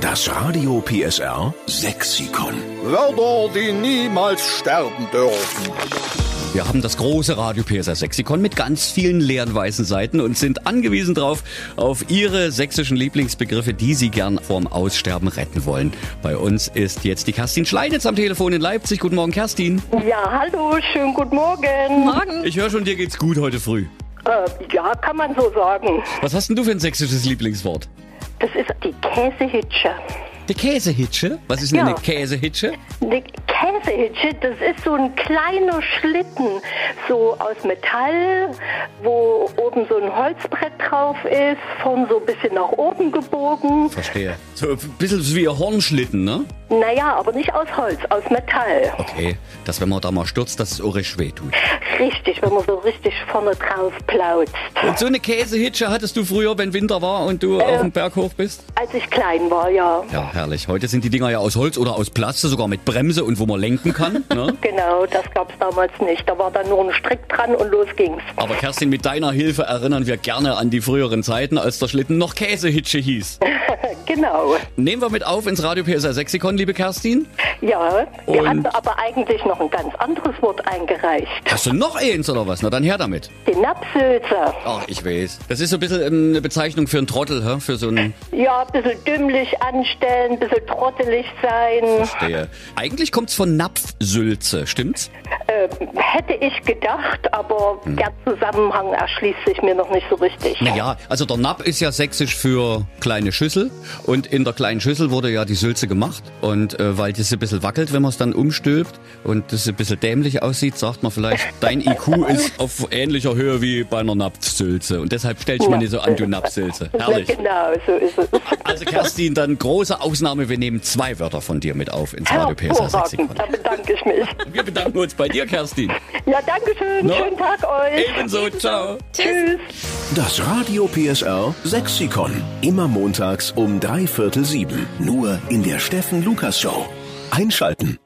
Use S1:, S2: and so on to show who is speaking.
S1: Das Radio PSR Sexikon.
S2: Wörter, die niemals sterben dürfen.
S3: Wir haben das große Radio PSR Sexikon mit ganz vielen leeren weißen Seiten und sind angewiesen drauf auf Ihre sächsischen Lieblingsbegriffe, die Sie gern vorm Aussterben retten wollen. Bei uns ist jetzt die Kerstin Schleinitz am Telefon in Leipzig. Guten Morgen, Kerstin.
S4: Ja, hallo, schönen guten Morgen. Morgen.
S3: Ich höre schon, dir geht's gut heute früh.
S4: Äh, ja, kann man so sagen.
S3: Was hast denn du für ein sächsisches Lieblingswort?
S4: Das ist die Käsehitsche.
S3: Die Käsehitsche? Genau. Was ist denn
S4: Ja.
S3: eine Käsehitsche?
S4: Eine Käsehitsche, das ist so ein kleiner Schlitten, so aus Metall, wo oben so ein Holzbrett drauf ist, vorn so ein bisschen nach oben gebogen.
S3: Verstehe. So ein bisschen wie ein Hornschlitten, ne?
S4: Naja, aber nicht aus Holz, aus Metall.
S3: Okay, dass wenn man da mal stürzt, dass es urisch weh tut.
S4: Richtig, wenn man so richtig vorne drauf plautzt.
S3: Und so eine Käsehitsche hattest du früher, wenn Winter war und du auf dem Berg hoch bist?
S4: Als ich klein war, ja.
S3: Ja, herrlich. Heute sind die Dinger ja aus Holz oder aus Plaste, sogar mit Bremse und wo man lenken kann. Ne?
S4: Genau, das gab's damals nicht. Da war dann nur ein Strick dran und los ging's.
S3: Aber Kerstin, mit deiner Hilfe erinnern wir gerne an die früheren Zeiten, als der Schlitten noch Käsehitsche hieß.
S4: Genau.
S3: Nehmen wir mit auf ins Radio PSR Sexikon, liebe Kerstin.
S4: Ja,
S3: Und-
S4: wir hatten aber eigentlich noch ein ganz anderes Wort eingereicht.
S3: Hast du noch eins oder was? Na dann her damit.
S4: Den Napsülzer.
S3: Ach, ich weiß. Das ist so ein bisschen ähm, eine Bezeichnung für einen Trottel, hä? für so einen...
S4: Ja, ein bisschen dümmlich anstellen, ein bisschen trottelig sein.
S3: Der. Eigentlich kommt's von Napfsülze, stimmt's?
S4: Ähm, hätte ich gedacht, aber
S3: Hm.
S4: der Zusammenhang erschließt sich mir noch nicht so richtig.
S3: Naja, also der Napp ist ja sächsisch für kleine Schüssel und in der kleinen Schüssel wurde ja die Sülze gemacht und äh, weil das ein bisschen wackelt, wenn man es dann umstülpt und das ein bisschen dämlich aussieht, sagt man vielleicht, dein IQ ist auf ähnlicher Höhe wie bei einer Napfsülze und deshalb stell ich mir nicht so an, du Napfsülze.
S4: Na,
S3: Herrlich.
S4: genau, so ist es.
S3: Also Kerstin, dann große Ausnahme, wir nehmen zwei Wörter von dir mit auf ins Radio PSA Sexikon.
S4: Hervorragend, da bedanke ich mich.
S3: Wir bedanken uns bei dir, Kerstin.
S4: Ja, danke schön,
S3: No.
S4: schönen Tag euch.
S3: Ebenso, ciao.
S4: Tschüss.
S1: Das Radio PSR Sexikon. Immer montags um drei Viertel sieben. Nur in der Steffen Lukas Show. Einschalten.